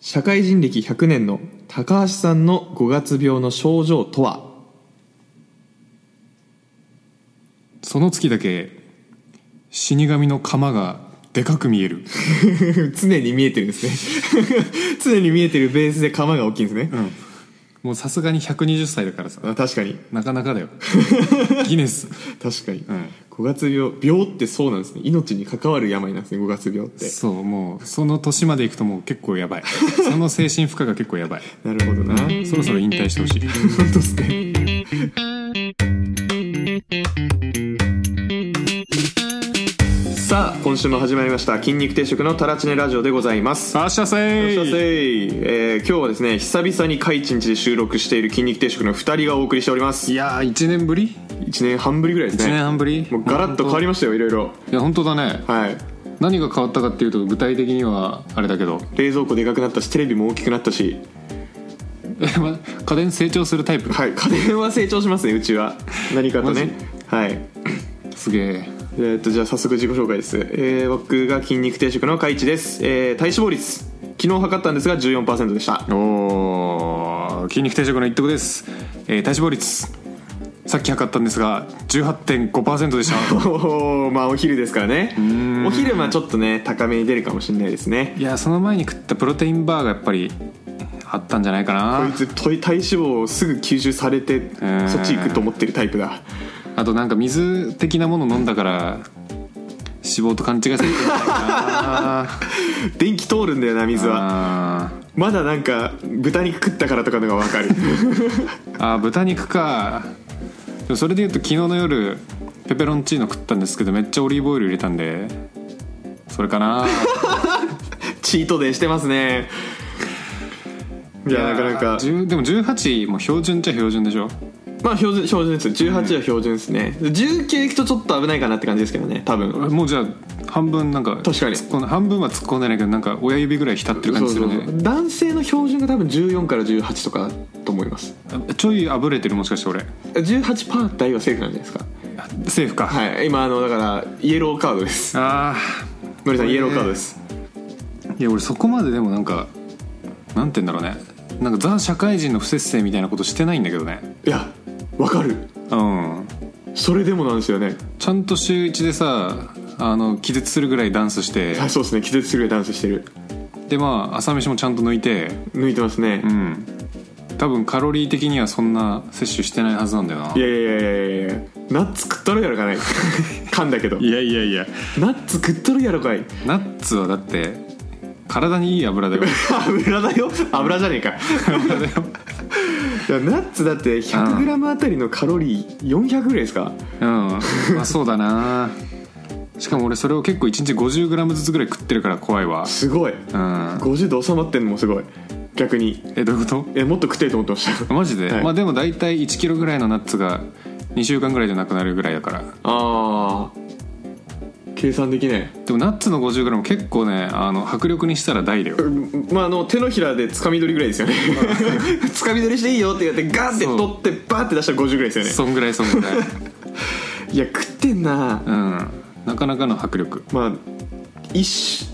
社会人歴100年の高橋さんの5月病の症状とは その月だけ死神の釜がでかく見える、常に見えてるんですね 常に見えてるベースで釜が大きいんですね、うん、もうさすがに120歳だからさあ確かになかなか だよギネス確かに、うん五月病病ってそうなんですね命に関わる病なんですね五月病ってそうもうその年までいくともう結構やばいその精神負荷が結構やばいなるほどな本そろそろ引退してほしい当っすねさあ今週も始まりました「筋肉定食のタラチネラジオ」でございますさあしゃせよっしゃーせいえー今日はですね久々に「開一日」で収録している筋肉定食の2人がお送りしておりますいやー1年ぶり1年半ぶりぐらいで1す年ね半ぶりもうガラッと変わりましたよいろいろいや本当だねはい何が変わったかっていうと具体的にはあれだけど冷蔵庫でかくなったしテレビも大きくなったしえま家電成長するタイプはい家電は成長しますねうちは何かとねはいすげええーっとじゃあ早速自己紹介です、えー僕が筋肉定食のカイチです、えー体脂肪率昨日測ったんですが14%でしたおー筋肉定食の一徳です、えー体脂肪率さっき測ったんですが18.5%でした おおまあお昼ですからねお昼はちょっとね高めに出るかもしれないですねいやその前に食ったプロテインバーがやっぱりあったんじゃないかこいなつとい体脂肪をすぐ吸収されてんそっち行くと思ってるタイプだあとなんか水的なもの飲んだから脂肪と勘違いされてるんじゃないか電気通るんだよな水はな あーまだなんか豚肉食ったからとかのが分か るあー豚肉かでもそれでいうと昨日の夜ペペロンチーノ食ったんですけどめっちゃオリーブオイル入れたんでそれかなチートデイしてますねいやなかなか10でも18も標準っちゃ標準でしょまあ標準標準です18は標準ですね、19いくとちょっと危ないかなって感じですけどね多分もうじゃあ半分なんか確かに突っ込んで半分は突っ込んでないけどなんか親指ぐらい浸ってる感じするねそうそうそう男性の標準が多分14から18とかと思いますあちょいあぶれてるもしかして俺18%台はセーフなんじゃないですかセーフか、はい今あのだからイエローカードですあのりさんイエローカードですーいや俺そこまででもなんかなんて言うんだろうねなんかザ社会人の不摂生みたいなことしてないんだけどねいやわかるうんそれでもなんですよねちゃんと週1でさあの気絶するぐらいダンスしてあそうですね気絶するぐらいダンスしてるでまあ朝飯もちゃんと抜いて抜いてますね、うん多分カロリー的にはそんな摂取してないはずなんだよないやいやいやいやいやナッツ食っとるやろか ない噛んだけどやいやいやナッツ食っとるやろかいナッツはだって体にいい油 だよ油だよ 油じゃねえか油だよ いやナッツだって 100g あたりのカロリー400ぐらいですかうんまあそうだなしかも俺それを結構1日 50g ずつぐらい食ってるから怖いわすごいうん50度収まってんのもすごい逆にえどういうこえもっと食ってると思ってましたとマジで、はいまあでも大体 1kg ぐらいのナッツが2週間ぐらいじゃなくなるぐらいだからあー計算できないでもナッツの 50g 結構ねあの迫力にしたら大だよ うんまああの手のひらで掴み取りぐらいですよね掴み取りしていいよってやってガーって取ってバーって出したら50ぐらいですよねそんぐらいそんぐらいいや食ってんなうんなかなかの迫力まあ一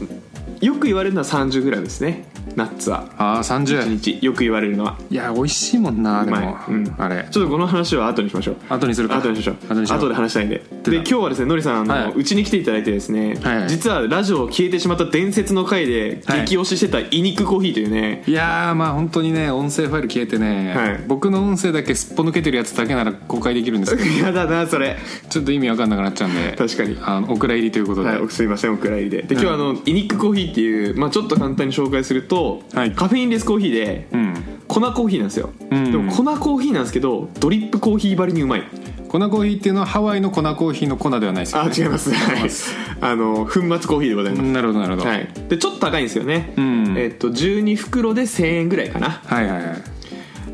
よく言われるのは 30g ですねナッツはああ1 30日よく言われるのはいや美味しいもんなでうもま、いうんあれちょっとこの話は後にしましょう後にするか後にしましょう後にしよう後で話したいんでで今日はですねのりさんあのはいうち、に来ていただいてですね、はいはい実はラジオを消えてしまった伝説の回ではい激推ししてたイニックコーヒーというね、 いやーまあ本当にね音声ファイル消えてね、はい僕の音声だけすっぽ抜けてるやつだけなら公開できるんですけどやだなそれ ちょっと意味わかんなくなっちゃうんで確かにあのお蔵入りということで、はい、おすいませんお蔵入りでで今日はあの、イニックコーヒーっていう、まあ、ちょっと簡単に紹介すると、はいカフェインレスコーヒーで、うん粉コーヒーなんですよ、うんでも粉コーヒーなんですけどドリップコーヒーばりにうまい粉コーヒーっていうのはハワイの粉コーヒーの粉ではないですよあね違います はいあの粉末コーヒーでございます、なるほどなるほど、はい、でちょっと高いんですよね、うんえっと12袋で1000円ぐらいかなはいはいはい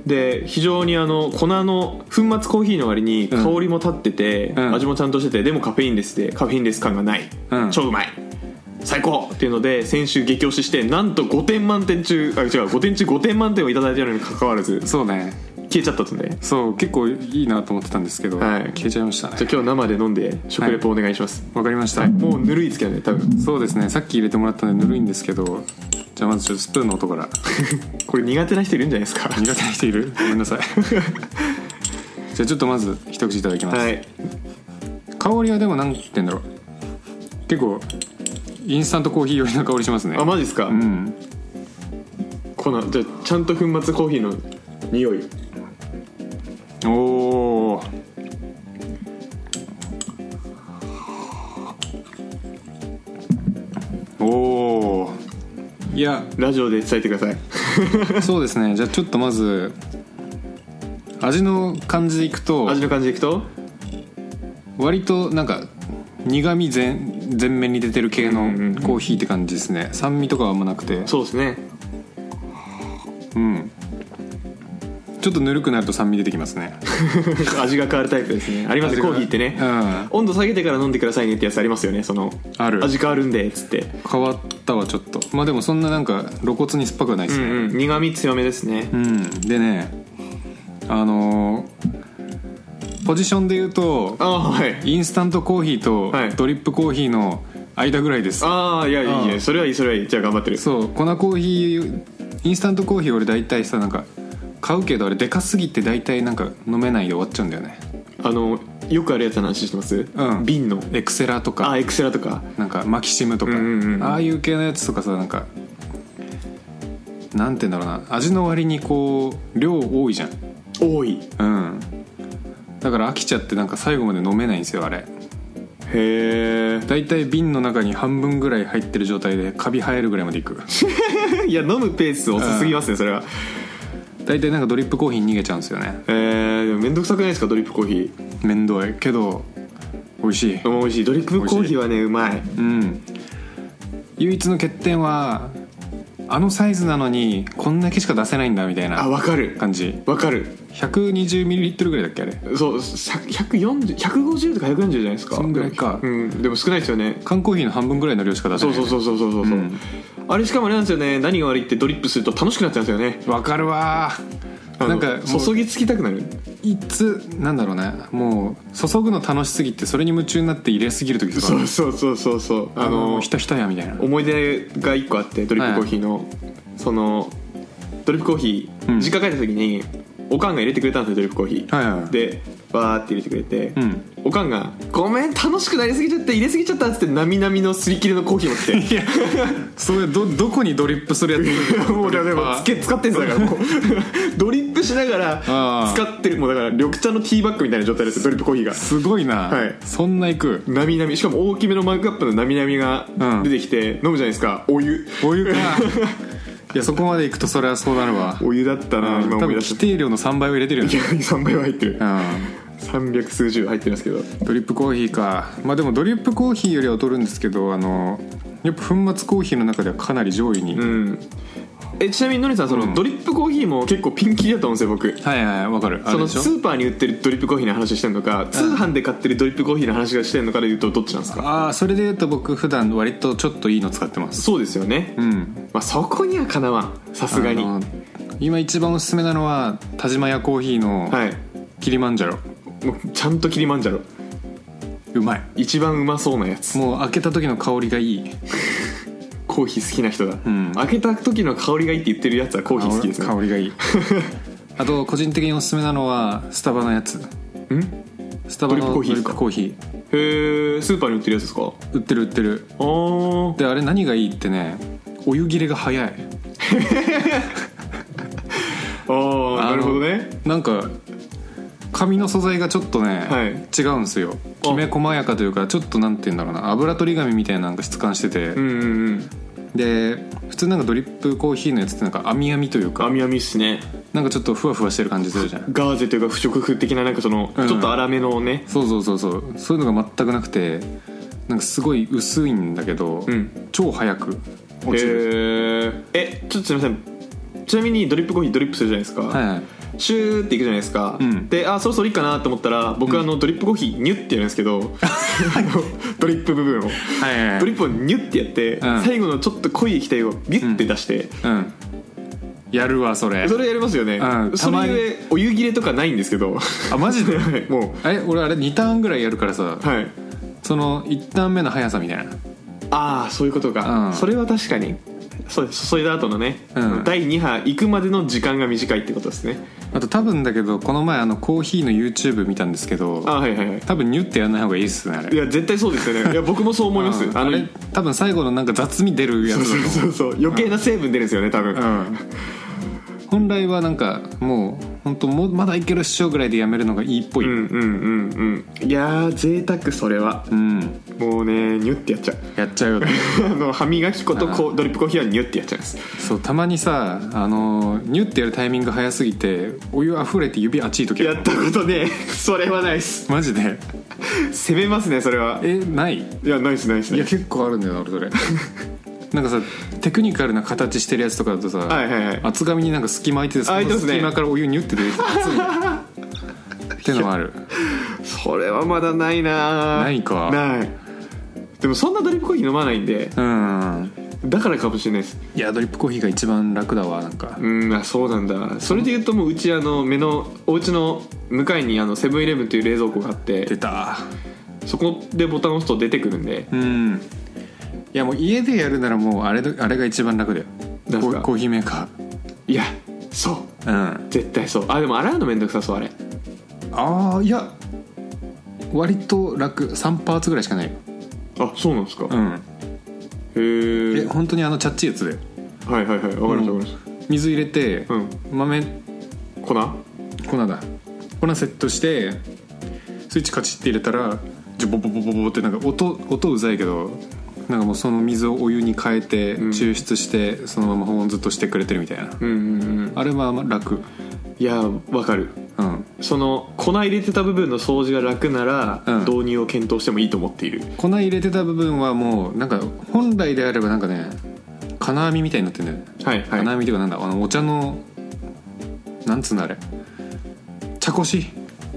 で非常にあの粉の粉末コーヒーの割に香りも立ってて、うん味もちゃんとしててでもカフェインレスでカフェインレス感がない、うん超うまい最高っていうので先週激推ししてなんと5点満点中あ違う5点中5点満点をいただいてるのにかかわらずそうね消えちゃったんでそう結構いいなと思ってたんですけど、はい消えちゃいましたねじゃあ今日生で飲んで食レポお願いします、わかりました、もうぬるいですけどね多分 そうですねさっき入れてもらったんでぬるいんですけどじゃあまずちょっとスプーンの音からこれ苦手な人いるんじゃないですか苦手な人いるごめんな さいじゃあちょっとまず一口いただきます、はい香りはでもなんて言うんだろう結構インスタントコーヒー寄りの香りしますねあマジですか、うんこのじゃあちゃんと粉末コーヒーの匂いおおおおいやラジオで伝えてくださいそうですねじゃあちょっとまず味の感じでいくと味の感じでいくと割となんか苦味全全面に出てる系のうんうんうんコーヒーって感じですね酸味とかはあんまなくてそうですねうんちょっとぬるくなると酸味出てきますね 味が変わるタイプですねありますね味がコーヒーってね、うん温度下げてから飲んでくださいねってやつありますよねそのある味変わるんでっつって変わったはちょっとまあでもそんななんか露骨に酸っぱくはないでうすんね、うん苦味強めですねうん、でねあのーポジションで言うとああはいインスタントコーヒーとはいドリップコーヒーの間ぐらいです、ああいやいやいあやあそれはいいそれはいいじゃあ頑張ってるそう粉コーヒーインスタントコーヒー俺大体さなんか買うけどあれでかすぎて大体なんか飲めないで終わっちゃうんだよねあのよくあるやつの話してます、うん瓶のエクセラとあかエクセラとかなんかマキシムとか、うんうんうんああいう系のやつとかさなんかなんて言うんだろうな味の割にこう量多いじゃん多いうんだから飽きちゃってなんか最後まで飲めないんですよあれへえ大体瓶の中に半分ぐらい入ってる状態でカビ生えるぐらいまで いく いや飲むペース遅すぎますねそれは大体なんかドリップコーヒーに逃げちゃうんですよねえー、でもめんどくさくないですかドリップコーヒーめんどいけど美味しいうん美味しいドリップコーヒーはねうまいうん唯一の欠点はあのサイズなのにこんだけしか出せないんだみたいあなわかる感じわかる 120ml ぐらいだっけあれそう140 150とか140じゃないですかそんぐらいかうん、でも少ないですよね缶コーヒーの半分ぐらいの量しか出せそなういそうそうそうそうそう、うんあれしかもあれなんですよね何が悪いってドリップすると楽しくなっちゃうんですよねわかるわあーのなんかもう注ぎつきたくなるいつなんだろうねもう注ぐの楽しすぎてそれに夢中になって入れすぎる時とかそうそうそうそうそうああののひたひたやみたいな思い出が一個あってドリップコーヒーの、そのドリップコーヒー、うん実家帰った時におかんが入れてくれたんですよドリップコーヒー、はいはいはいでバーって入れてくれて、うんおかんが「ごめん楽しくなりすぎちゃって入れすぎちゃった」っつってなみなみのすり切れのコーヒー持っていやそれどどこにドリップするやつもうだからもうつけ使ってんすよだからもう ドリップしながらあー使ってるもうだから緑茶のティーバッグみたいな状態ですドリップコー ヒーがすごいな、はいそんないくなみなみしかも大きめのマグカップのなみなみがうん出てきて飲むじゃないですかお湯 お湯かいやそこまでいくとそれはそうなるわ、お湯だったな、うん、今思多い分出規した定量の3倍を入れてるよね、 3倍は入ってるうん、 300数十入ってるんですけどドリップコーヒーかまあでもドリップコーヒーよりは劣るんですけどあのやっぱ粉末コーヒーの中ではかなり上位に、うんえちなみにのりさんその、うんドリップコーヒーも結構ピンキリだと思うんですよ僕はいはいわかるあそれのでしスょーパーに売ってるドリップコーヒーの話してるのか、通販で買ってるドリップコーヒーの話がしてるのかで言うとどっちなんですかああそれで言うと僕普段割とちょっといいの使ってますそうですよね、うんまあ、そこにはかなわんさすがにあはの今一番おすすめなのは田島屋コーヒーのいキリマンジャロ、もうちゃんとキリマンジャロうまい一番うまそうなやつもう開けた時の香りがいいコーヒー好きな人だ、ん開けた時の香りがいいって言ってるやつはコーヒー好きですね香りがい いあと個人的におすすめなのはスタバのやつんスタバのドドリリッッププココーヒーへえスーパーに売ってるやつですか売ってる売ってるあーであれ何がいいってねお湯切れが早いあーなるほどねなんか紙の素材がちょっとね、はい違うんですよきめ細やかというかちょっとなんて言うんだろうな油取り紙みたいななんか質感してて、うんうんうんで普通なんかドリップコーヒーのやつってなんか網網というかあみあみっすねなんかちょっとふわふわしてる感じするじゃんガーゼというか不織布的ななんかそのちうんょっと粗めのね、そうそうそうそうそういうのが全くなくてなんかすごい薄いんだけど、ん超早くへ落ちる、ーえちょっとすみませんちなみにドリップコーヒードリップするじゃないですか、はいはいシューっていくじゃないですか、うんであそろそろいいかなと思ったら僕あのドリップコーヒーニュッてやるんですけどあのドリップ部分をはいはいドリップをニュッてやって、うん最後のちょっと濃い液体をビュッて出して、うんやるわそれそれやりますよね、うんそたまれにゆえお湯切れとかないんですけ どあマジではいもえ俺あれ2ターンぐらいやるからさうはいその1ターン目の速さみたいなああそういうことか、うんそれは確かにそうです注いだ後のね、うん第2波行くまでの時間が短いってことですねあと多分だけどこの前あのコーヒーの YouTube 見たんですけどあーはいはいはい多分ニュってやらない方がいいっすねあれいや絶対そうですよねいや僕もそう思います うんああのれ多分最後のなんか雑味出るやつそうだとそう思うそうそう余計な成分出るんですよね多分、うん本来はなんかもう本当もうまだいけるっしょぐらいでやめるのがいいっぽうい、んうんうんうんいやー贅沢それはうんもうねニュってやっちゃう やっちゃうよねあの歯磨き粉とこうドリップコーヒーはニュってやっちゃいます そうたまにさあのニュってやるタイミング早すぎてお湯溢れて指熱い時あやるったことねえそれはないっすマジで攻めますねそれはえないいやないっすないっすいねや結構あるんだよな俺それ なんかさテクニカルな形してるやつとかだとさ、はいはいはい厚紙になんか隙間空いててそ空いてのますね隙間からお湯ニュって出てきて熱いのってのはあるそれはまだない なないかないでもそんなドリップコーヒー飲まないんでうんだからかもしれないですいやドリップコーヒーが一番楽だわなんかうんあそうなんだそれで言うともううちあの目のお家の向かいにあのセブンイレブンという冷蔵庫があって出たそこでボタンを押すと出てくるんでうんいやもう家でやるならもうあれどあれが一番楽だよなんすコかーコーヒーメーカいやそうーうん絶対そうあでも洗うのめんどくさそうあれああいや割と楽3パーツぐらいしかないよあそうなんですか、うんへええ本当にあのチャッチやつではいはいはいわかりましたわかりまし水入れて、たうん豆粉粉だ粉セットしてスイッチカチって入れたらジョボボボボボってなんか音音うざいけどなんかもうその水をお湯に変えてん抽出してそのまま保温ずっとしてくれてるみたいな、うんうんうんあれはまあ楽いやわかるうんその粉入れてた部分の掃除が楽なら、うん導入を検討してもいいと思っている粉入れてた部分はもうなんか本来であればなんかね金網みたいになってんだよね、はいはい金網っていうかなんだあのお茶のなんつうんだあれ茶こし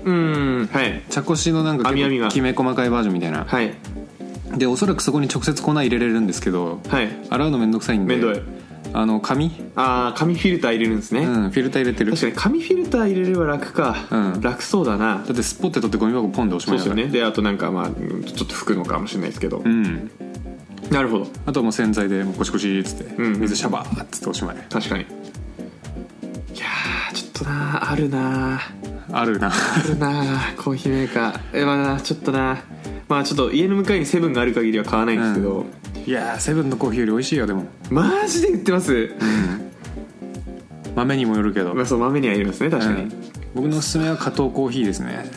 うんはい茶こしのなんか網網結が構きめ細かいバージョンみたいなはいでおそらくそこに直接粉入れれるんですけどはい洗うのめんどくさいんでめんどいあの紙、あー紙フィルター入れるんですね、うん、フィルター入れてる確かに紙フィルター入れれば楽か、うん楽そうだなだってスポッて取ってゴミ箱ポンでおしそうまいでだすかよらねであとなんかまあうんちょっと拭くのかもしれないですけど、うんなるほどあとはもう洗剤でもうゴシゴシっつって、うん水シャバーっつっておしまい確かにいやーちょっとなあるなあるな あるなコーヒーメーカーえまあなちょっとなまあちょっと家の向かいにセブンがある限りは買わないんですけど、いやーセブンのコーヒーより美味しいよでもマジで言ってます、豆にもよるけど、まあそう豆には入れますね確かに、うん僕のおすすめは加藤コーヒーですね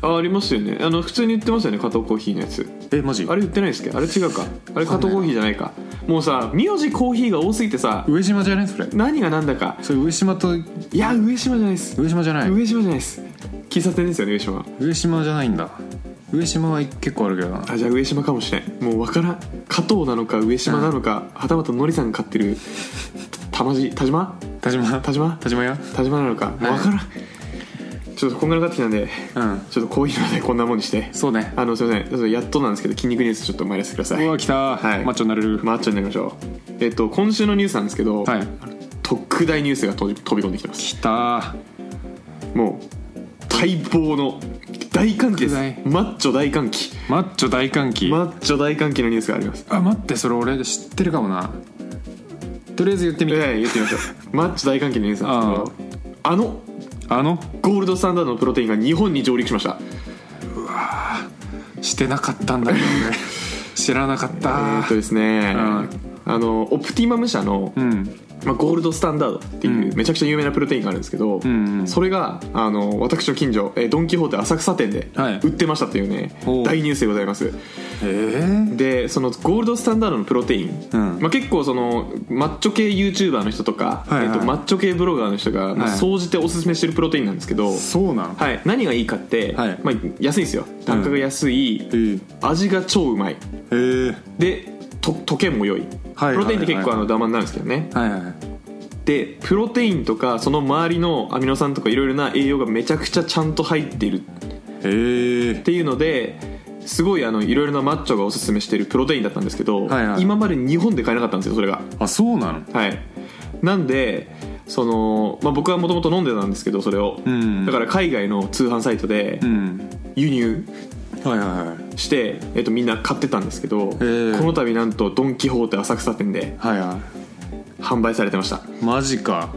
あありますよねあの普通に売ってますよね加藤コーヒーのやつえマジあれ売ってないですけどあれ違うかあれ加藤コーヒーじゃないかもうさ名字コーヒーが多すぎてさ上島じゃないそれ何が何だかそれ上島といや上島じゃないです、上島じゃない上島じゃないです喫茶店ですよね上島上島じゃないんだ上島は結構あるけどなあじゃあ上島かもしれんもう分からん加藤なのか上島なのか、はたまたのりさんが買ってるたまじ田島田島田島田島屋田島なのか分からん、ちょっとこんがらがってきたんでうんちょっとコーヒーの話題こんなもんにしてそうねあのすいませんちょっとやっとなんですけど筋肉ニュースちょっと参らせてくださういわ来た、はいマッチョになれる、マッチョになりましょうえっと今週のニュースなんですけど、はい特大ニュースが飛び飛び込んできてます来たもう待望の大歓喜です特大マッチョ大歓喜マッチョ大歓喜、マッチョ大歓喜のニュースがありますあ待ってそれ俺知ってるかもなとりあえず言ってみて、ええ言ってみましょうマッチョ大歓喜のニュースなんですけどあのあのゴールドスタンダードのプロテインが日本に上陸しましたしてなかったんだけど 俺知らなかった、えーっとですね、うんあのオプティマム社の、うんまあ、ゴールドスタンダードっていう、うんめちゃくちゃ有名なプロテインがあるんですけど、んうんそれがあの私の近所、えードン・キホーテ浅草店ではい売ってましたというね、おう大ニュースでございますえー、でそのゴールドスタンダードのプロテイン、うんまあ、結構そのマッチョ系 YouTuber の人とか、はいはいえーとマッチョ系ブロガーの人が、まあはい総じておすすめしてるプロテインなんですけど、そうなのはい、何がいいかって、はいまあ、安いんですよ単価が安い、えー、味が超うまいえー、でと溶けも良い、はいはいはプロいテインって結構あのダマになるんですけどねはいはいはいでプロテインとかその周りのアミノ酸とかいろいろな栄養がめちゃくちゃちゃんと入っているっえー、ていうのですごいあのいろいろなマッチョがおすすめしているプロテインだったんですけど、はいはい今まで日本で買えなかったんですよそれがあそうなのはいなんでその、まあ、僕はもともと飲んでたんですけどそれを、うんだから海外の通販サイトでうん輸入はいはいはいして、えっと、みんな買ってたんですけど、えこの度なんとドン・キホーテ浅草店ではいは販売されてましたいマジか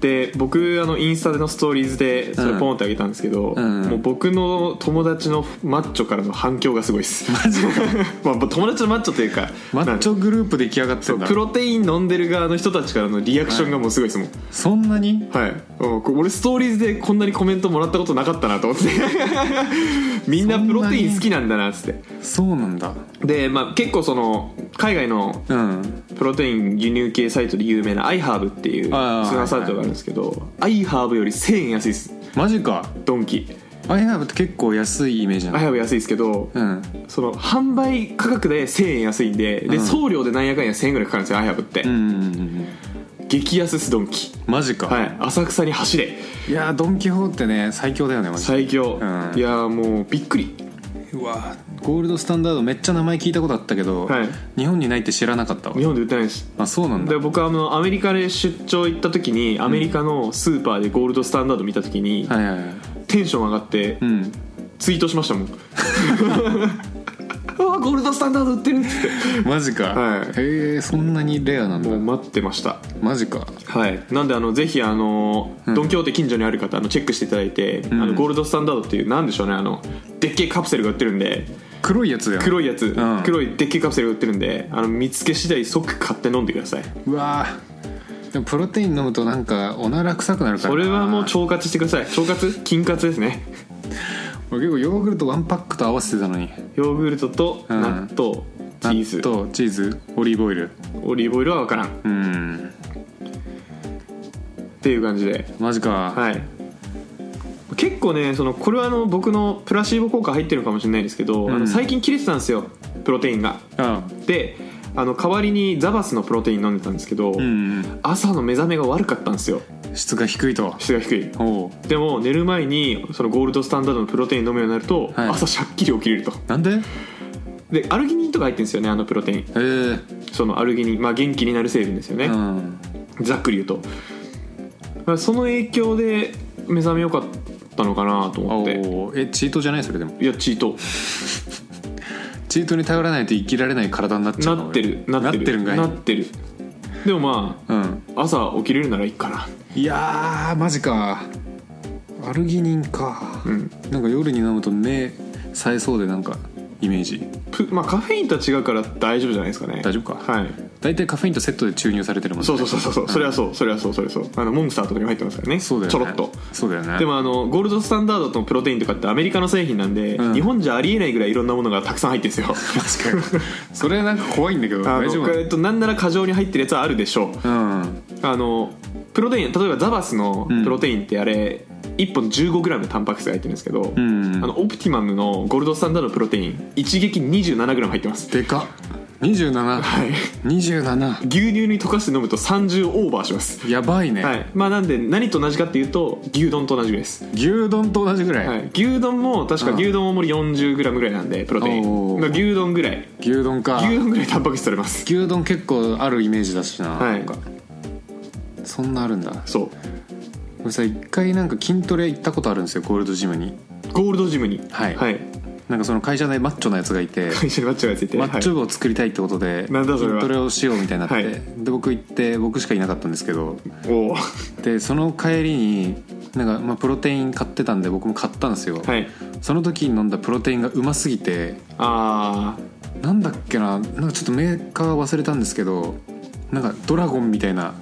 で僕あのインスタでのストーリーズでそれポンってあげたんですけど、んもう僕の友達のマッチョからの反響がすごいですマジ まあ友達のマッチョというかマッチョグループ出来上がってんだプロテイン飲んでる側の人たちからのリアクションがもうすごいですもん、そんなにはい、うんこ俺ストーリーズでこんなにコメントもらったことなかったなと 思ってみんなプロテイン好きなんだなっつってそうなんだで、まあ、結構その海外のうんプロテイン輸入系サイトで有名な iHerb っていう通あー販サイトがあるんですけど iHerb より1000円安いですマジかドンキアイハーブって結構安いイメージなの iHerb 安いですけどうんその販売価格で1000円安いんでで送料でなんやかんや1000円ぐらいかかるんですよ iHerb って、うんうんうんうん激安っすドンキマジか、はい浅草に走れい、やードン・キホーテね最強だよねマジで最強、うんいやーもうびっくりうわゴールドスタンダードめっちゃ名前聞いたことあったけど、はい日本にないって知らなかったわ日本で売ってないですあそうなんだで僕はあのアメリカで出張行った時にアメリカのスーパーでゴールドスタンダード見た時に、はいはいはいテンション上がってうんツイートしました もんうわゴールドスタンダード売ってるっつってマジか、はいへえそんなにレアなんだもう待ってましたマジかはいなんであのぜひあの、ドン・キホーテ近所にある方あのチェックしていただいて、あのゴールドスタンダードっていうなんでしょうねあのでっけえカプセルが売ってるんで黒いやつだよね黒いやつ、ん黒いでっけえカプセルが売ってるんであの見つけ次第即買って飲んでくださいうわーでもプロテイン飲むとなんかおなら臭くなるからこれはもうちょ腸活してください腸活菌活ですね結構ヨーグルトワンパックと合わせてたのにヨーグルトとうん納豆、チーズとチーズオリーブオイルオリーブオイルは分からんっうんていう感じでマジか、はい結構ねそのこれはあの僕のプラシーボ効果入ってるかもしれないですけど、あうのん最近切れてたんですよプロテインがあであの代わりにザバスのプロテイン飲んでたんですけど、うん朝の目覚めが悪かったんですよ質が低いと質が低いおうでも寝る前にそのゴールドスタンダードのプロテイン飲むようになると、はい朝しゃっきり起きれるとなんででアルギニンとか入ってるんですよねあのプロテインええそのアルギニン、まあ、元気になる成分ですよね、うんざっくり言うとその影響で目覚めよかったのかなと思っておうえチートじゃないそれでもいやチートチートに頼らないと生きられない体になっちゃうのなってるなってるなってるんかいなってるでもまうんあ朝起きれるならいいかないやーマジかアルギニンか、うんなんか夜に飲むと目冴えそうでなんかイメージプまあカフェインとは違うから大丈夫じゃないですかね大丈夫かはい大体カフェインとセットで注入されてるもんねそうそうそうそうそうそれはそうそれはそうそれはそうあのモンスターとかにも入ってますからねそうだよねちょろっとそうだよねでもあのゴールドスタンダードとのプロテインとかってアメリカの製品なんで、ん日本じゃありえないぐらいいろんなものがたくさん入ってるんですよ確か にそれなんか怖いんだけどあ大丈夫のえっとなんなら過剰に入ってるやつはあるでしょううんあのプロテイン例えばザバスのプロテインってあれ、1本 15g タンパク質が入ってるんですけど、んあのオプティマムのゴールドスタンダードプロテイン一撃 27g 入ってますでかっ2727、はい27牛乳に溶かして飲むと30オーバーしますやばいね、はいまあなんで何と同じかっていうと牛丼と同じぐらいです、牛丼と同じぐらい、はい、牛丼も確かうん牛丼大盛り 40g ぐらいなんでプロテインおー牛丼ぐらい牛丼か牛牛丼ぐらいタンパク質取れます丼結構あるイメージだしな,、はいなんかそんなあるんだそう俺さ一回なんか筋トレ行ったことあるんですよゴールドジムにゴールドジムにはいはい、なんかその会社でマッチョなやつがいて会社にマッチョがついてマッチョは部を作りたいってことでなんだ筋それはトレをしようみたいになって、はいで僕行って僕しかいなかったんですけどい、おーでその帰りになんか、まあ、プロテイン買ってたんで僕も買ったんですよ、はいその時に飲んだプロテインがうますぎてあなんだっけななんかちょっとメーカー忘れたんですけどなんかドラゴンみたいな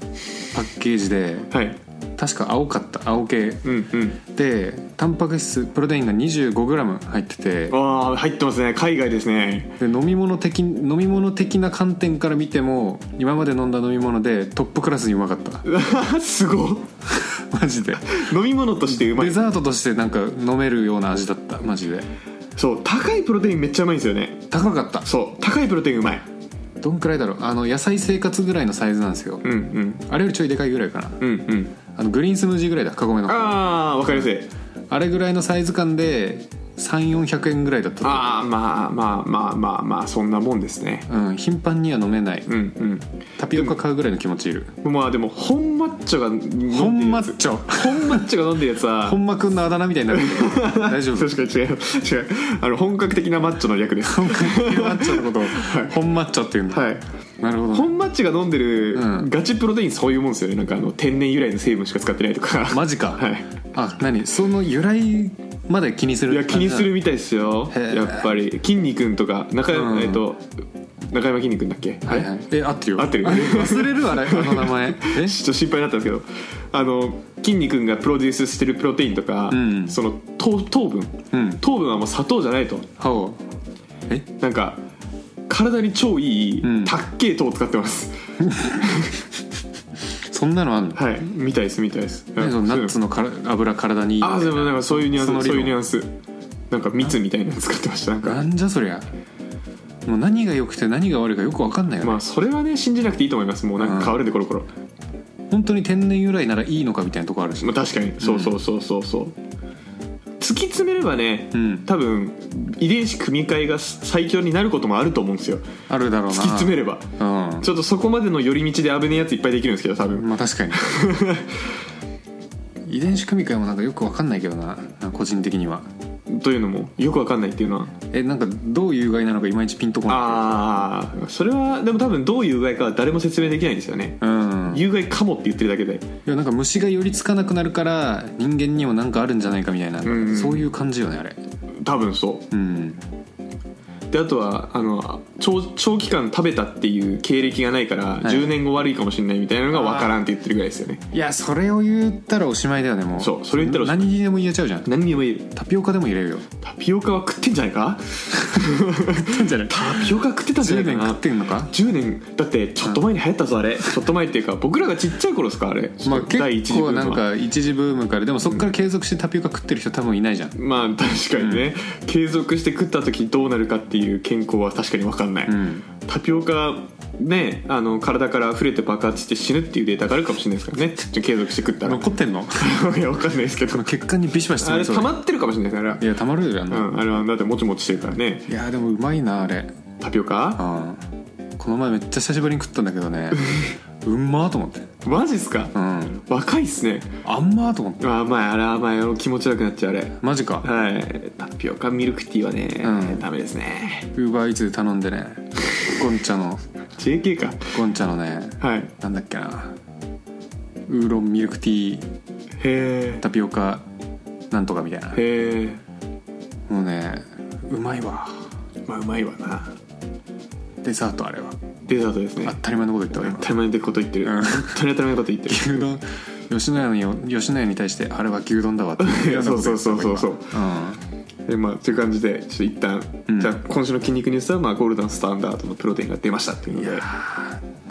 パッケージであはい確か青かった青系うんうんでタンパク質プロテインが 25g 入っててああ入ってますね海外ですね で飲み物的飲み物的な観点から見ても今まで飲んだ飲み物でトップクラスにうまかった うわすごいマジで飲み物としてうまデいザートとしてなんか飲めるような味だったマジでそう高いプロテインめっちゃうまいんですよね高かったそう高いプロテインうまいどんくらいだろうあの野菜生活ぐらいのサイズなんですよ、うんうんあれよりちょいでかいぐらいかなうんうんあのグリーンスムージーぐらいだカゴメのあああわかりやすいれぐらいのサイズ感で3400円ぐらいだったとああまあまあまあまあまあそんなもんですねうん頻繁には飲めないうんタピオカ買うぐらいの気持ちいるうんまあでも本マッチョが飲んでるやつ本マッチョ本マッチョが飲んでるやつは本間くんのあだ名みたいにな るけど大丈夫確かに違う違うあの本格的なマッチョの略です本格的マッチョのことをい本マッチョって言うんだ、はいなるほどね本マッチが飲んでるうんガチプロテインそういうもんですよねなんかあの天然由来の成分しか使ってないとかマジか、はいあ何その由来まで気にするいや気にするみたいですよへえやっぱり筋肉んとか中,、うんえっと中山筋肉んだっけ、はいはいえ合ってるよ合ってる忘れるあれあの名 前えちょっと心配になったんですけどあの筋肉がプロデュースしてるプロテインとか、うんその糖糖分、うん糖分はもう砂糖じゃないと歯をえなんか体に超いい、うんたっけえ糖を使ってますそんなのあんのはいみたいですみたいです、うん何そのナッツのから油体にいいああでもなんかそういうニュアンそのス理そう論いうニュアンスなんか蜜みたいなの使ってましたなんなかんじゃそりゃもう何が良くて何が悪いかよく分かんないよね、まあそれはね信じなくていいと思いますもうなんか変わるんでコロコロ、本当に天然由来ならいいのかみたいなとこあるしまあ、確かにそうそうそうそうそう、突き詰めればね、うん多分遺伝子組み換えが最強になることもあると思うんですよあるだろうな突き詰めるればうんまちょっとそこまでの寄り道で危ねえやついっぱいできるんですけど多分あ確かに 遺伝子組み換えもなんかよく分かんないけどななんか個人的にはというのもよくわかんないっていうのはえなんかどういう害なのかいまいちピンとこなああそれはでも多分どういう害かは誰も説明できないんですよねいうんい有害かもって言ってるだけでやなんか虫が寄りつかなくなるから人間にもなんかあるんじゃないかみたいな、んそういう感じよねあれ多分そうんうであとはあの長長期間食べたっていう経歴がないから、い10年後悪いかもしれないみたいなのがわからんって言ってるぐらいですよねいやそれを言ったらおしまいだよねもうそうそれ言ったらおしまい何にでも言えちゃうじゃん何にも言えるタピオカでも入れるよタピオカは食ってんじゃないかじゃないタピオカ食ってたんじゃな10いか年な食ってんのか10年だってちょっと前に流行ったぞあれちょっと前っていうか僕らがちっちゃい頃ですかあれまあ第一結次ブ構ームなはんか一時ブームからでもそっから継続してタピオカ食ってる人多分いないじゃんまあ確かにね、継続して食った時どうなるかっていう健康は確かに分かんない、うんタピオカねあの体から溢れて爆発して死ぬっていうデータがあるかもしれないですからね継続して食ったらい残ってんの や分 かんないですけど血管にビシバシあ詰まれりそう溜だまってるかもしれないからいやたまるよあうの、ん、あれはだってもちもちしてるからねいやでもうまいなあれタピオカあこの前めっちゃ久しぶりに食ったんだけど ねうんまーと思ってマジっすか、うん若いっすねあんまーと思ってあ甘いあれ甘い気持ち悪くなっちゃうあれマジかはいタピオカミルクティーはね、うんダメですねウーバーイーツで頼んでねゴンチャの JK かゴンチャのねはいへなんだっけなウーロンミルクティーえタピオカなんとかみたいなへえもうねうまいわまあうまいわなデザートあれはデザートですね当たり前のこと言ったわ今当たり前のこと言ってる、うん本当に当たり前のこと言 ってる牛丼吉野家に吉野家に対してあれは牛丼だわっていや そうそうそうそうそう今えまあという感じでちょっと一旦、うんじゃあ今週の筋肉ニュースは、まあ、ゴールドンスタンダードのプロテインが出ましたっていうので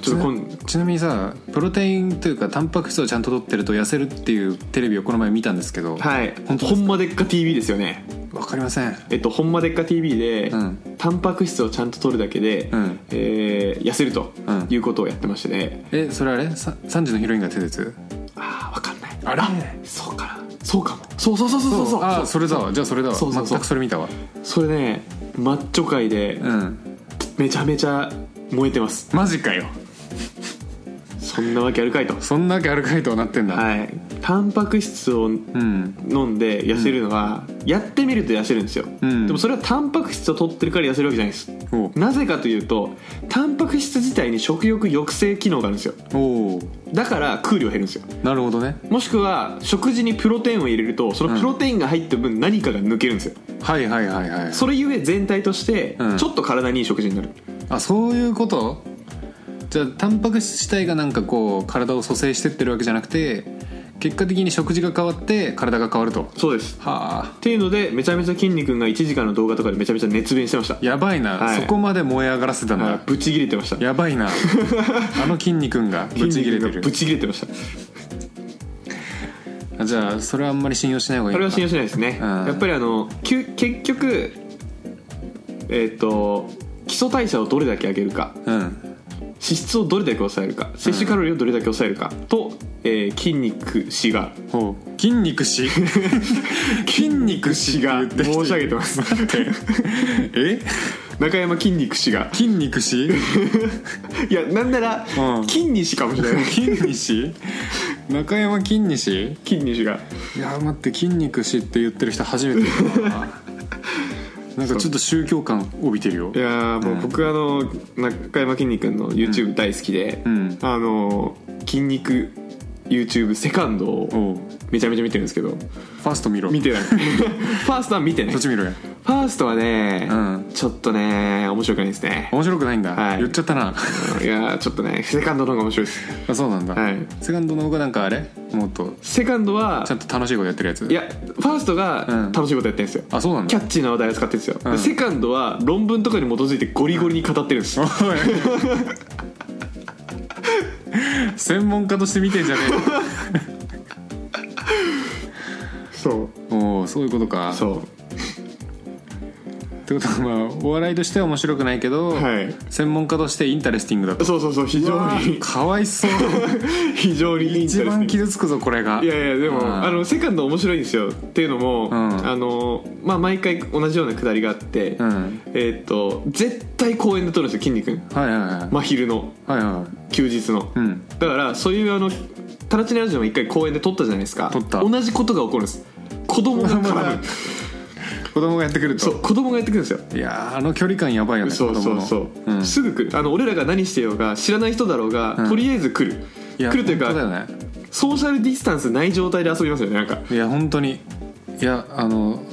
ちょっとこんうんちなみにさプロテインというかタンパク質をちゃんと取ってると痩せるっていうテレビをこの前見たんですけどわはい本当ですかほんまでっか TV ですよねかりませんえっと、ほんまでっか TV で、うんタンパク質をちゃんと取るだけで、うんえー痩せるとうんいうことをやってましてね、えそれあれさ3時のヒロインが手術ああ分かんないあらそうかなそうかもそうそうそうそうそうそうあそれだわじゃあそれだわそうそうそう全くそれ見たわそれねマッチョ界でうんめちゃめちゃ燃えてます、マジかよそんなわけあるかいとそんなわけあるかいとはなってんだはいタンパク質をうん飲んで痩せるのは、やってみると痩せるんですよ、うんでもそれはタンパク質を取ってるから痩せるわけじゃないですおなぜかというとタンパク質自体に食欲抑制機能があるんですよおだから空量減るんですよなるほどねもしくは食事にプロテインを入れるとそのプロテインが入った分何かが抜けるんですよ、はいはいはいはいそれゆえ全体としてうんちょっと体にいい食事になる、あそういうことじゃあタンパク質自体がなんかこう体を蘇生してってるわけじゃなくて結果的に食事が変わって体が変わるとはそうですあっていうのでめちゃめちゃ筋肉が1時間の動画とかでめちゃめちゃ熱弁してましたやばいな、はいそこまで燃え上がらせたんだ、はいぶち切れてましたや ばいなあの筋肉がぶち切筋れて肉がぶるち切れてましたあじゃあそれはあんまり信用しない方がいいそれは信用用しないですね、うんやっぱりあのきゅ結局えっ、と基礎代謝をどれだけ上げるかうん脂質をどれだけ抑えるか摂取カロリーをどれだけ抑えるかと、えー筋肉脂がほう筋 肉し筋肉しが脂申し上げてます え中山筋肉脂が筋肉しいやなんなら、うん筋にしかもしれない 筋肉し中山筋肉し筋にしがいやー待って筋肉しって言ってる人初めて見た ななんかちょっと宗教感帯びてるよいやーもう僕あの中山きんに君の YouTube 大好きで、うんあの筋肉 YouTube セカンドをおうフめちゃめちゃ見てるんですけどァースト見ろ見て ないファーストは見てないそっフち見ろやァーストはね、うんちょっとね面白くないですね面白くないんだ、はい言っちゃったないやーちょっとねセカンドの方が面白いですあそうなんだ、はいセカンドの方がなんかあれもっとセカンドはちゃんと楽しいことやってるやついやファーストがうん楽しいことやってるんですよ、あそうなんキャだッチーな話題を使ってるんですよ、でうんセカンドは論文とかに基づいてゴリゴリに語ってるんです、おい 専門家として見てんじゃねそうえ おおそういうことかそってことはまあお笑いとしては面白くないけど、うはい専門家としてインタレスティングだとそうそうそう非常うわーにかわいそう 非常にいいん一ですね番傷つくぞこれがいやいやでも、うんあのセカンド面白いんですよっていうのも、んあのまあ、毎回同じようなくだりがあって、うんえーっと絶対公園で撮るんですよ筋肉はいはいはい、真昼のはいはいはい休日の、うんだからそういうあのタラチネラジオも一回公園で撮ったじゃないですか撮った同じことが起こるんです子供がま絡だむ子供がやってくるそとう子供がやってくるんですよいやーあの距離感やばいよねそう子そ供うのそう、うん、すぐ来るあの俺らが何してようが知らない人だろうが、んとりあえず来るいや来るというか本当だよねソーシャルディスタンスない状態で遊びますよねなんかいや本当にいやあの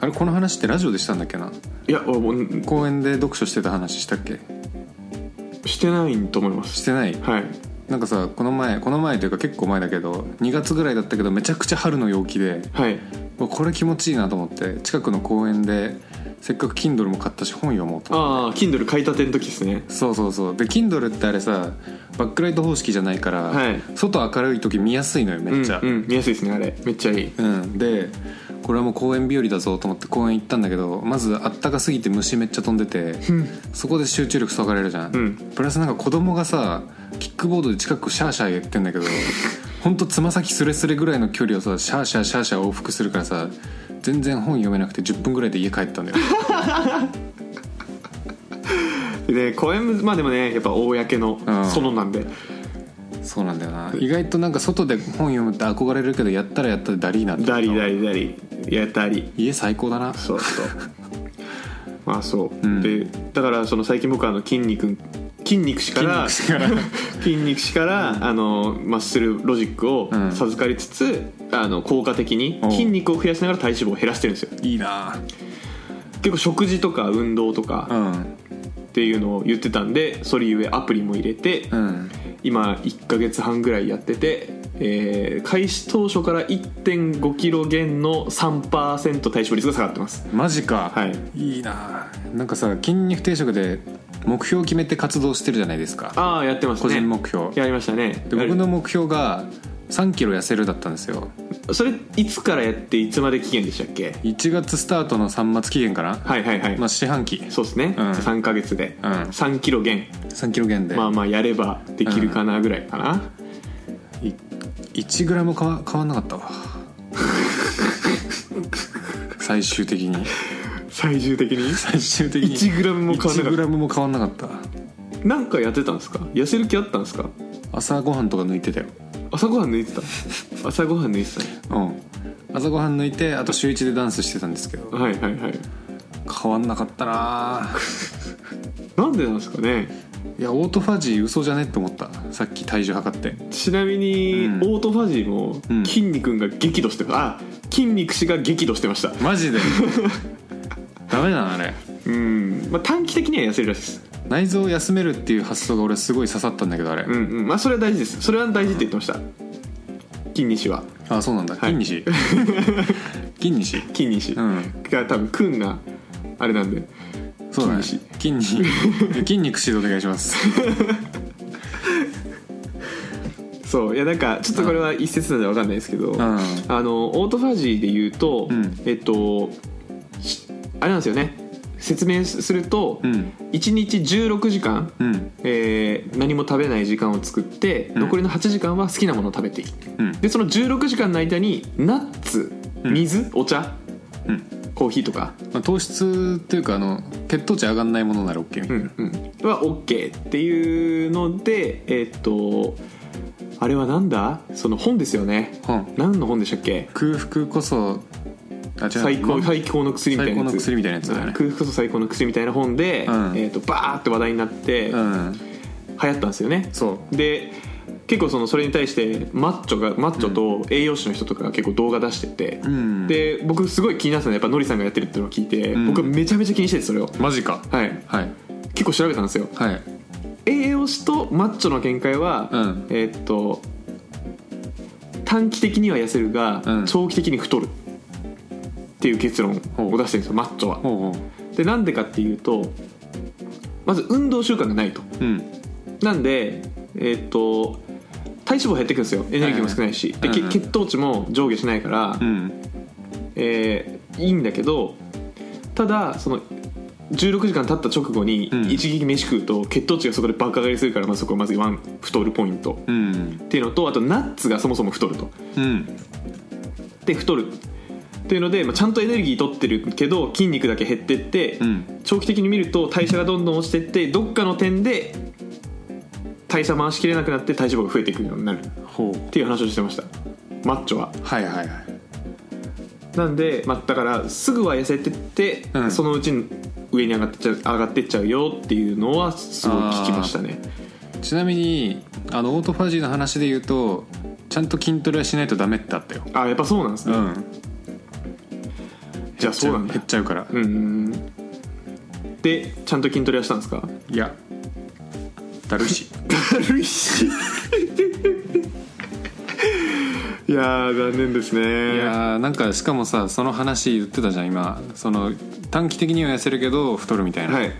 あれこの話ってラジオでしたんだっけないやもう公園で読書してた話したっけしてないと思いますしてないはいなんかさこの前この前というか結構前だけど2月ぐらいだったけどめちゃくちゃ春の陽気ではい、うわこれ気持ちいいなと思って近くの公園でせっかく Kindle も買ったし本読もうと思っああて Kindle 買いたての時ですねそうそうそうで Kindle ってあれさバックライト方式じゃないから、はい外明るい時見やすいのよめっちゃ、うん、うん見やすいですねあれめっちゃいいうん、でこれはもう公園日和だぞと思って公園行ったんだけどまずあったかすぎて虫めっちゃ飛んでてそこで集中力そがれるじゃん、うんプラスなんか子供がさキックボードで近くシャーシャー言ってん だけどほんとつま先すれすれぐらいの距離をさシャーシャーシャーシャー往復するからさ全然本読めなくて10分ぐらいで家帰ったん だよで公園まあでもねやっぱ公うんの園なんで、そうなんだよな意外となんか外で本読むって憧れるけどやったらやったでダリーなってダリダリダリやったり家最高だなそうそう まあそう、んでだからその最近僕はあの筋肉筋肉師から筋肉師 か筋肉師から、あのマッスルロジックをうん授かりつつ、あの効果的におう筋肉を増やしながら体脂肪を減らしてるんですよいいな結構食事とか運動とかうんっていうのを言ってたんでそれゆえアプリも入れて、うん今1ヶ月半ぐらいやってて、えー開始当初から1 5キロ減の3%体脂肪率が下がってますマジか、はいいいななんかさ筋肉定食で目標を決めて活動してるじゃないですかああやってますね個人目標、やりましたねで僕の目標が3キロ痩せるだったんですよそれいつからやっていつまで期限でしたっけ1月スタートの3末期限かな、はいはいはい、まあ四半期そうですね、うん3ヶ月で、うん3キロ減3キロ減で、まあまあやればできるかなぐらいかな、い1グラム変わ変わんな かったわ最終的に最終的に最終的に1グラムも変わんな1グかっラムも変わんなかったたなんかやってたんですか痩せる気あったんですか朝ごはんとか抜いてたよ朝ごはん抜いて た朝ごはん抜いてたねうん朝ごはん抜いてあと週1でダンスしてたんですけどはいはいはい変わんなかったなあなんでなんですかねいやオートファジー嘘じゃねって思ったさっき体重測ってちなみに、うんオートファジーもうん筋肉が激怒してまあ筋肉氏が激怒してましたマジで ダメだなあれうん、まあ、短期的には痩せるらしいです内臓を休めるっていう発想が俺すごい刺さったんだけどあれ、うんうんまあそれは大事ですそれは大事って言ってました筋肉氏はあそうなんだはい筋 にし筋にし筋肉氏うんが多分くんがあれなんでそうだね筋筋に 筋肉指導お願いしますそういやなんかちょっとこれは一説なんで分かんないですけど、んあのオートファジーで言うと、うんえっとしあれなんですよね説明すると、うん1日16時間、うんえー何も食べない時間を作って、ん残りの8時間は好きなものを食べていいうんでその16時間の間にナッツうん水、お茶、うんコーヒーとか、まあ、糖質っていうかあの血糖値上がんないものなら OK みたういんな、うん、は OK っていうのでえーっとあれはなんだその本ですよね本何の本でしたっけ空腹こそあ違う最高ま最高の薬みたい最な高やのつ薬みたいなやつだよね空腹こそ最高の薬みたいな本で、うんえーっとバーって話題になって、う流ん行ったんですよねそで結構そのそれに対してマッチョがマッチョと栄養士の人とかが結構動画出してて、ううんで僕すごい気になってたのはやっぱノリさんがやってるっていうのを聞いて、ん僕めちゃめちゃ気にしててそれをマジかはいはい結構調べたんですよはい栄養士とマッチョの見解は、うんえーっと短期的には痩せるが、うん長期的に太るっていう結論を出してるんですよマッチョはほうほでなんでかっていうとまず運動習慣がないとううんなんでえーっと体脂肪減ってくるんですよエネルギーも少ないし、いはいでうんうんけ血糖値も上下しないから、うんえーいいんだけどただその16時間経った直後にうん一撃飯食うと血糖値がそこで爆上がりするから、まあ、そこはまずワン太るポイントうんっていうのとあとナッツがそもそも太るとうんで太るっていうので、まあ、ちゃんとエネルギー取ってるけど筋肉だけ減ってって、うん長期的に見ると代謝がどんどん落ちてってどっかの点で代謝回しきれなくなって体脂肪が増えていくようになるっほていう話をしてましたマッチョはうはいはいはいなんで、まあ、だからすぐは痩せてって、うんそのうちに上に上がってっちゃう上がってっちゃうよっていうのはすごい聞きましたねちなみにあのオートファジーの話で言うとちゃんと筋トレはしないとダメってあったよああやっぱそうなんですうね、んじゃあそうなんだ減っちゃうからうんうんうんでちゃんと筋トレはしたんですかいやだるい しだるいしいやー残念ですいねやーなんかしかもさその話言ってたじゃん今その短期的には痩せるけど太るみたいな、はい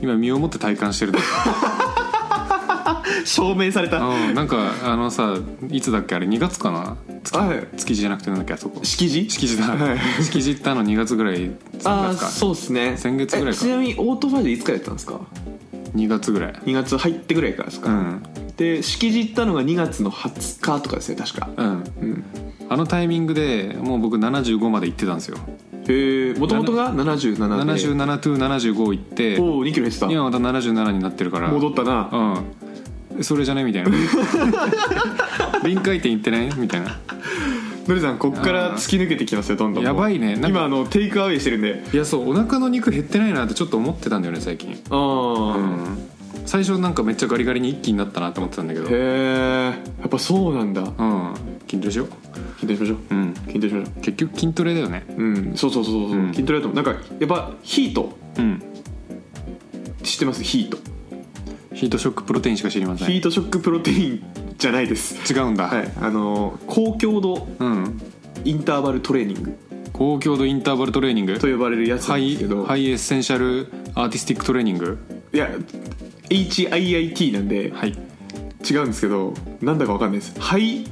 今身をもって体 感してる証明されたはうんなんかあのさいつだっけあれ2月かない築地じゃなくてなんだっけあそこ敷地築地だ、はい築地行ったの2月ぐらいあ3あ月かそうですね先月ぐらいえかちなみにオートファジーいつからやったんですか2月ぐらい2月入ってぐらいからですか、うんで式辞行ったのが2月の20日とかですね確か、うんうん、あのタイミングでもう僕75まで行ってたんですよへえもともとが77で77と75行っておお2キロ減ってた今また77になってるから戻ったなうんそれじゃねみた いな臨界点行ってないみたいなのりさんこっからあー突き抜けてきますよどんどんやばいねなんか今あのテイクアウェイしてるんでいやそうお腹の肉減ってないなってちょっと思ってたんだよね最近ああ、うん最初なんかめっちゃガリガリに一気になったなと思ってたんだけどへえやっぱそうなんだうん筋トレしよ筋トレしましょうううん筋トレしましょ結局筋トレだよねううんそうそうそうそう、うん筋トレだと思うなんかやっぱヒートうん知ってますヒート、ヒートショックプロテインしか知りませヒんートショックプロテインじゃないです違うんだ、はいあの高強度うんインターバルトレーニング高強度インターバルトレーニングと呼ばれるやつなハんでイすけど、ハイエッセンシャルアーティスティックトレーニングいや HIIT なんではい違うんですけどなんだかわかんないです肺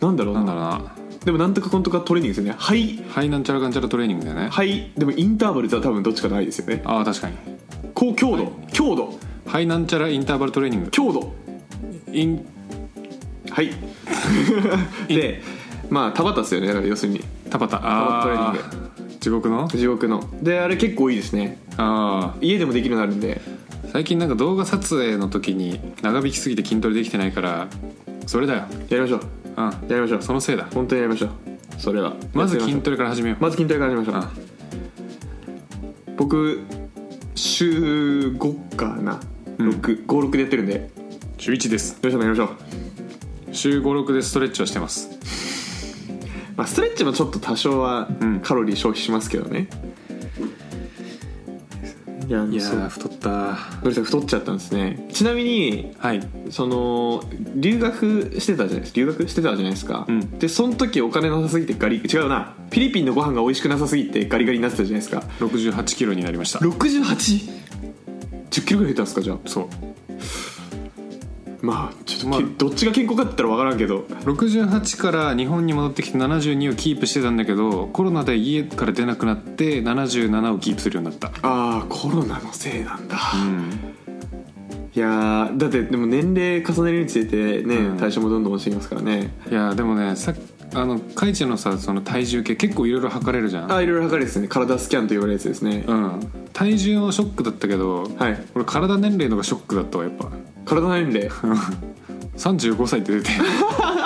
なんだろうななんだろうなでもなんとかこんとかトレーニングですよね肺ハイなんちゃらかんちゃらトレーニングだよね肺でもインターバルとは多分どっちかないですよねああ確かに高強度強度ハイなんちゃらインターバルトレーニング強度インはい でまあ田畑ですよねだから要するにタパタパタあトレー地獄の地獄のであれ結構いいですねあ家でもできるようになるんであ最近なんか動画撮影の時に長引きすぎて筋トレできてないからそれだよやりましょううんやりましょうそのせいだ本当にやりましょうそれはまずやってみし筋ょトレから始めようまず筋トレからやりましょうう僕週5かなうん656でやってるんでようん週1ですろしくやりましょう、週56でストレッチをしてますまあ、ストレッチもちょっと多少はうんカロリー消費しますけどね、いやいやそうー太ったのりさん太っちゃったんですねちなみにはいその留学してたじゃないですか留学してたじゃないですか、うんでその時お金なさすぎてガリ違うなフィリピンのご飯が美味しくなさすぎてガリガリになってたじゃないですか6 8キロになりました 68?10 キロぐらい減ったんですかじゃあそうまあちょっと、まあけどっちが健康かって言ったら分からんけど68から日本に戻ってきて72をキープしてたんだけどコロナで家から出なくなって77をキープするようになったああコロナのせいなんだ、うんいやーだってでも年齢重ねるにつれてね、うん代謝もどんどん落ちてきますからねいやでもねさあのカイチのさその体重計結構いろいろ測れるじゃんああいろいろ測るやつですね体スキャンと言われるやつですね、うん体重はショックだったけど、はい俺体年齢のがショックだったわやっぱ体年 齢35歳って出て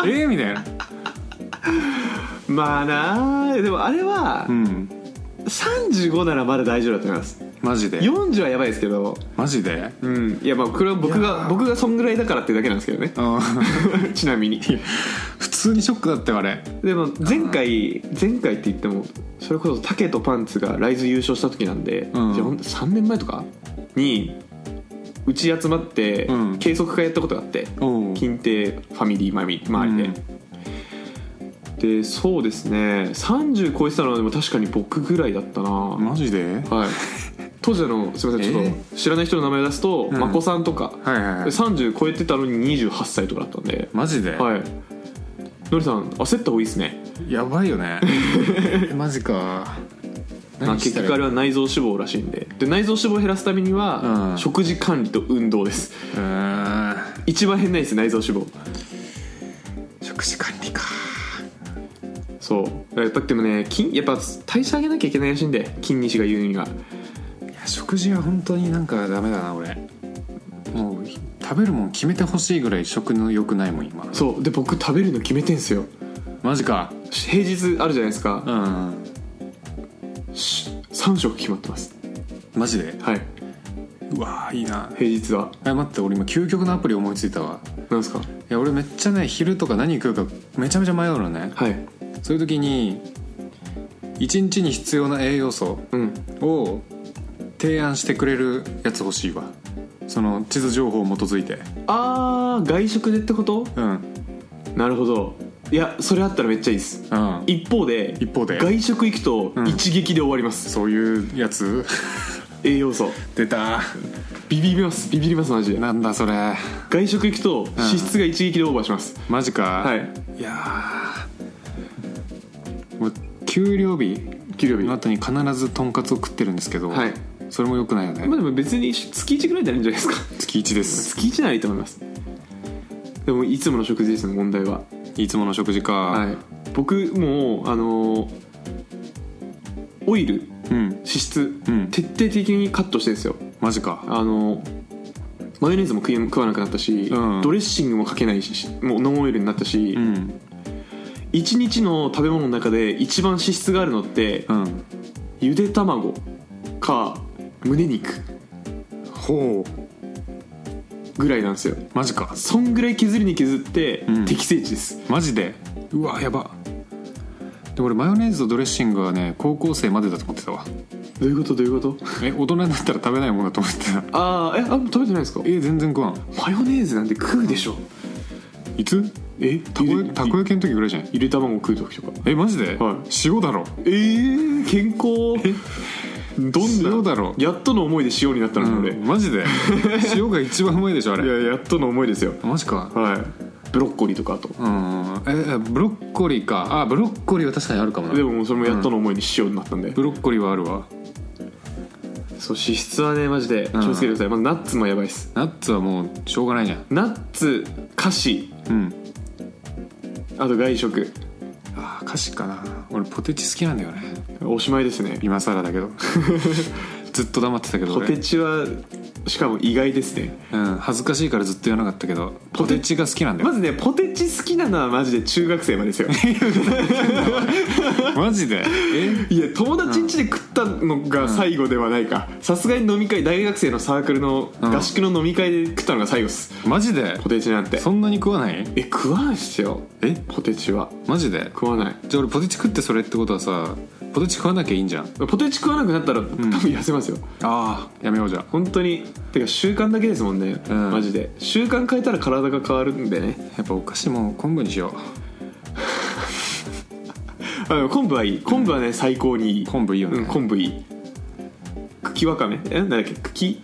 ええみたいなまあなあでもあれはうん35ならまだ大丈夫だと思います マジで40はやばいですけどマジでうんいやまあこれは僕いやがー僕がそんぐらいだからってだけなんですけどね あーちなみに 普通にショックだったよあれでも前回前回って言ってもそれこそタケとパンツがライズ優勝した時なんで、うんじゃあほんと3年前とかにうち集まってうん計測会やったことがあって、おう近邸ファミリー周り周りで、でそうですね30超えてたのはでも確かに僕ぐらいだったな、マジで はい当時あのすみませんちょっと知らない人の名前を出すと、うんまこさんとか、はいはいはい30超えてたのに28歳とかだったんでマジで、はいのりさん焦った方がいいですねやばいよね マジかまあ、何し結たら局あれは内臓脂肪らしいんでで内臓脂肪を減らすためには、うん食事管理と運動ですうーん一番減んないです内臓脂肪食事管理かそうやっぱでもね筋やっぱ代謝上げなきゃいけないらしいんで筋西が言うにはいや食事は本当になんかダメだな俺もう食べるもん決めてほしいぐらい食の良くないもん今そうで僕食べるの決めてんすよマジか平日あるじゃないですか、うんし3食決まってますマジではいうわーいいな平日はえ待って俺今究極のアプリ思いついたわなんですかいや俺めっちゃね昼とか何食うかめちゃめちゃ迷うのねはいそういう時に一日に必要な栄養素うんを提案してくれるやつ欲しいわその地図情報を基づいてあー外食でってことうんうなるほどいやそれあったらめっちゃいいですん一方で一方で外食行くとん一撃で終わります、そういうやつ 栄養素出たビビりますビビりますマジでなんだそれ外食行くと脂質が一撃でオーバーします、マジかはいいやー俺給料日給料日のま後に必ずとんかつを食ってるんですけど、はいそれも良くないよね、あでも別に月1ぐらいならいいんじゃないですか 月1です月1ならいいと思いますでもいつもの食事ですね問題はいつもの食事か、はい僕もうあのーオイルうん脂質、うん徹底的にカットしてるんですよマジかあのーマヨネーズも食え食わなくなったし、うんドレッシングもかけないしもうノンオイルになったし、うん一日の食べ物の中で一番脂質があるのってうんゆで卵か胸肉ほうぐらいなんですよマジかそんぐらい削りに削ってうん適正値です、マジでうわやばで俺マヨネーズとドレッシングはね高校生までだと思ってたわどういうことどういうことえ大人になったら食べないもんだと思ってたああえあ食べてないですかえ全然食わんマヨネーズなんて食うでしょいつえたこゆやでたこ焼きの時ぐらいじゃんゆで卵食う時とかえマジで、はい塩だろえー、健康どんな塩だろやっとの思いで塩になったのに俺、うんマジ で塩が一番うまいでしょあれいややっとの思いですよマジかはいブロッコリーとかあとうんええブロッコリーかあブロッコリーは確かにあるかもなでももうそれもやっとの思いに塩になったんで、ブロッコリーはあるわそう脂質はねマジで気をつけてください、まあ、ナッツもやばいですナッツはもうしょうがないじゃんナッツ菓子うんあと外食ああ菓子かな俺ポテチ好きなんだよねおしまいですね今更だけど ずっと黙ってたけどポ俺テチはしかも意外ですねうん、恥ずかしいからずっと言わなかったけどポテチが好きなんだまよずねポテチ好きなのはマジで中学生まで ですよマジでえいや友達ん家で食ったのが最後ではないかさすがに飲み会大学生のサークルのうん合宿の飲み会で食ったのが最後っすマジでポテチなんてそんなに食わないえ食わないっすよえポテチはマジで食わないじゃあ俺ポテチ食ってそれってことはさポテチ食わなきゃいいんじゃんポテチ食わなくなったら多分痩せますよ、ああやめようじゃ本当にてか習慣だけですもんね、うんマジで習慣変えたら体が変わるんでねやっぱお菓子も昆布にしよあでも昆布はいい昆布はね、最高にいいう昆布いいよね、うん、昆布いい茎わかめえなんだっけ茎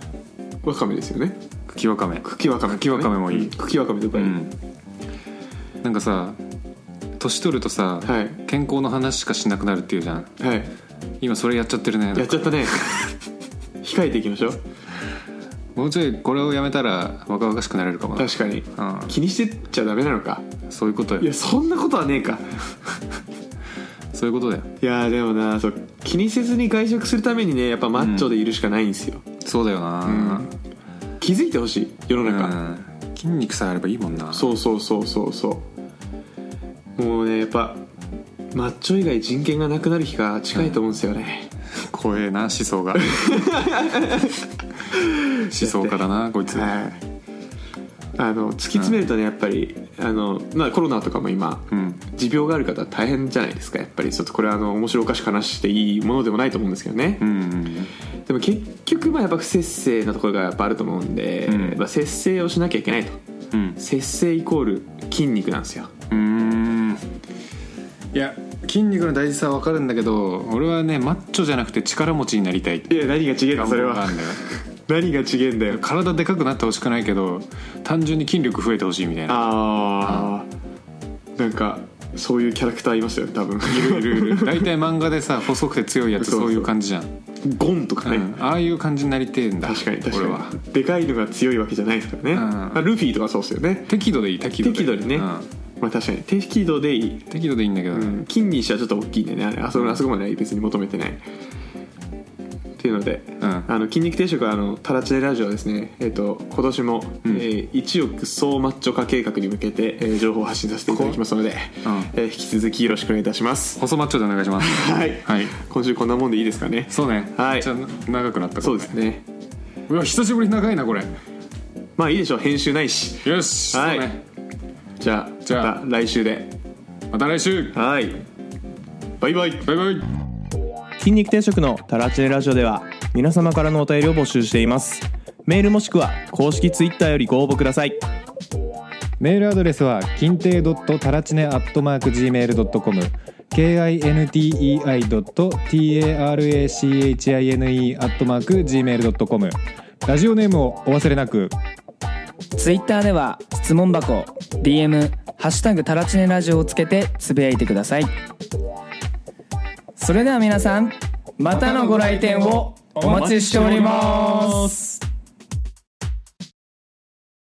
わかめですよね茎わかめ茎わかめとかね、茎わかめもいいうん茎わかめとかういい、んなんかさ年取るとさ、はい健康の話しかしなくなるっていうじゃんはい今それやっちゃってるねやっちゃったね控えていきましょうもうちょいこれをやめたら若々しくなれるかもな確かにうん気にしてっちゃダメなのかそういうこといよやそんなことはねえかそういうことだよいやでもなそう気にせずに外食するためにねやっぱマッチョでいるしかないんですよ、そうだよな、気づいてほしい世のうん中、筋肉さえあればいいもんなそうそうそうそうそうもうねやっぱマッチョ以外人権がなくなる日が近いと思うんですよね、怖えな思想が思想家だなこいつ、はいあの突き詰めるとねやっぱりあの、まあ、コロナとかも今うん持病がある方は大変じゃないですかやっぱりちょっとこれはあの面白おかしく話していいものでもないと思うんですけどね、うんうんでも結局まあやっぱ不節制なところがやっぱあると思うんで、うんやっぱ節制をしなきゃいけないとうん節制イコール筋肉なんですようーんいや筋肉の大事さは分かるんだけど俺はねマッチョじゃなくて力持ちになりたいっていや何が違えんだそれ願望があはるんだよ何が違えんだよ体でかくなってほしくないけど単純に筋力増えてほしいみたいなあーなんかそういうキャラクターいますよね多分いるいる大体漫画でさ細くて強いやそうつそうそういう感じじゃんゴンとかね、うんああいう感じになりてえんだ確かに俺確はかにでかいのが強いわけじゃないですからね、んあルフィとかそうですよね適度でいい適度で適度にね、うんまあ確かに適度でいい、適度でいいんだけどうね、ん、筋にしてはちょっと大きいんでねあれあそこあそこまでは別に求めてないっていうので、うんあの筋肉定食はあのタラチネラジオはですね、えっと今年も、んえー一億総マッチョ化計画に向けて、えー情報を発信させていただきますので、うんえー引き続きよろしくお願いいたします、細マッチョでお願いしますはいはい今週こんなもんでいいですかねそうねはいじゃあ長くなったからそうですねうわ久しぶりに長いなこれまあいいでしょう編集ないしよし、はいそうねじゃあじゃあまた来週でまた来週はいバイバイバイバイ筋肉定食のタラチネラジオでは皆様からのお便りを募集していますメールもしくは公式ツイッターよりご応募くださいメールアドレスは金亭ドットタラチネアットマーク gmail ドットコム k i n t e i ドット t a r a c h i n e アットマーク gmail ドットコムラジオネームをお忘れなく。ツイッターでは質問箱 DM「ハッシュタグタラチネラジオ」をつけてつぶやいてくださいそれでは皆さんまたのご来店をお待ちしております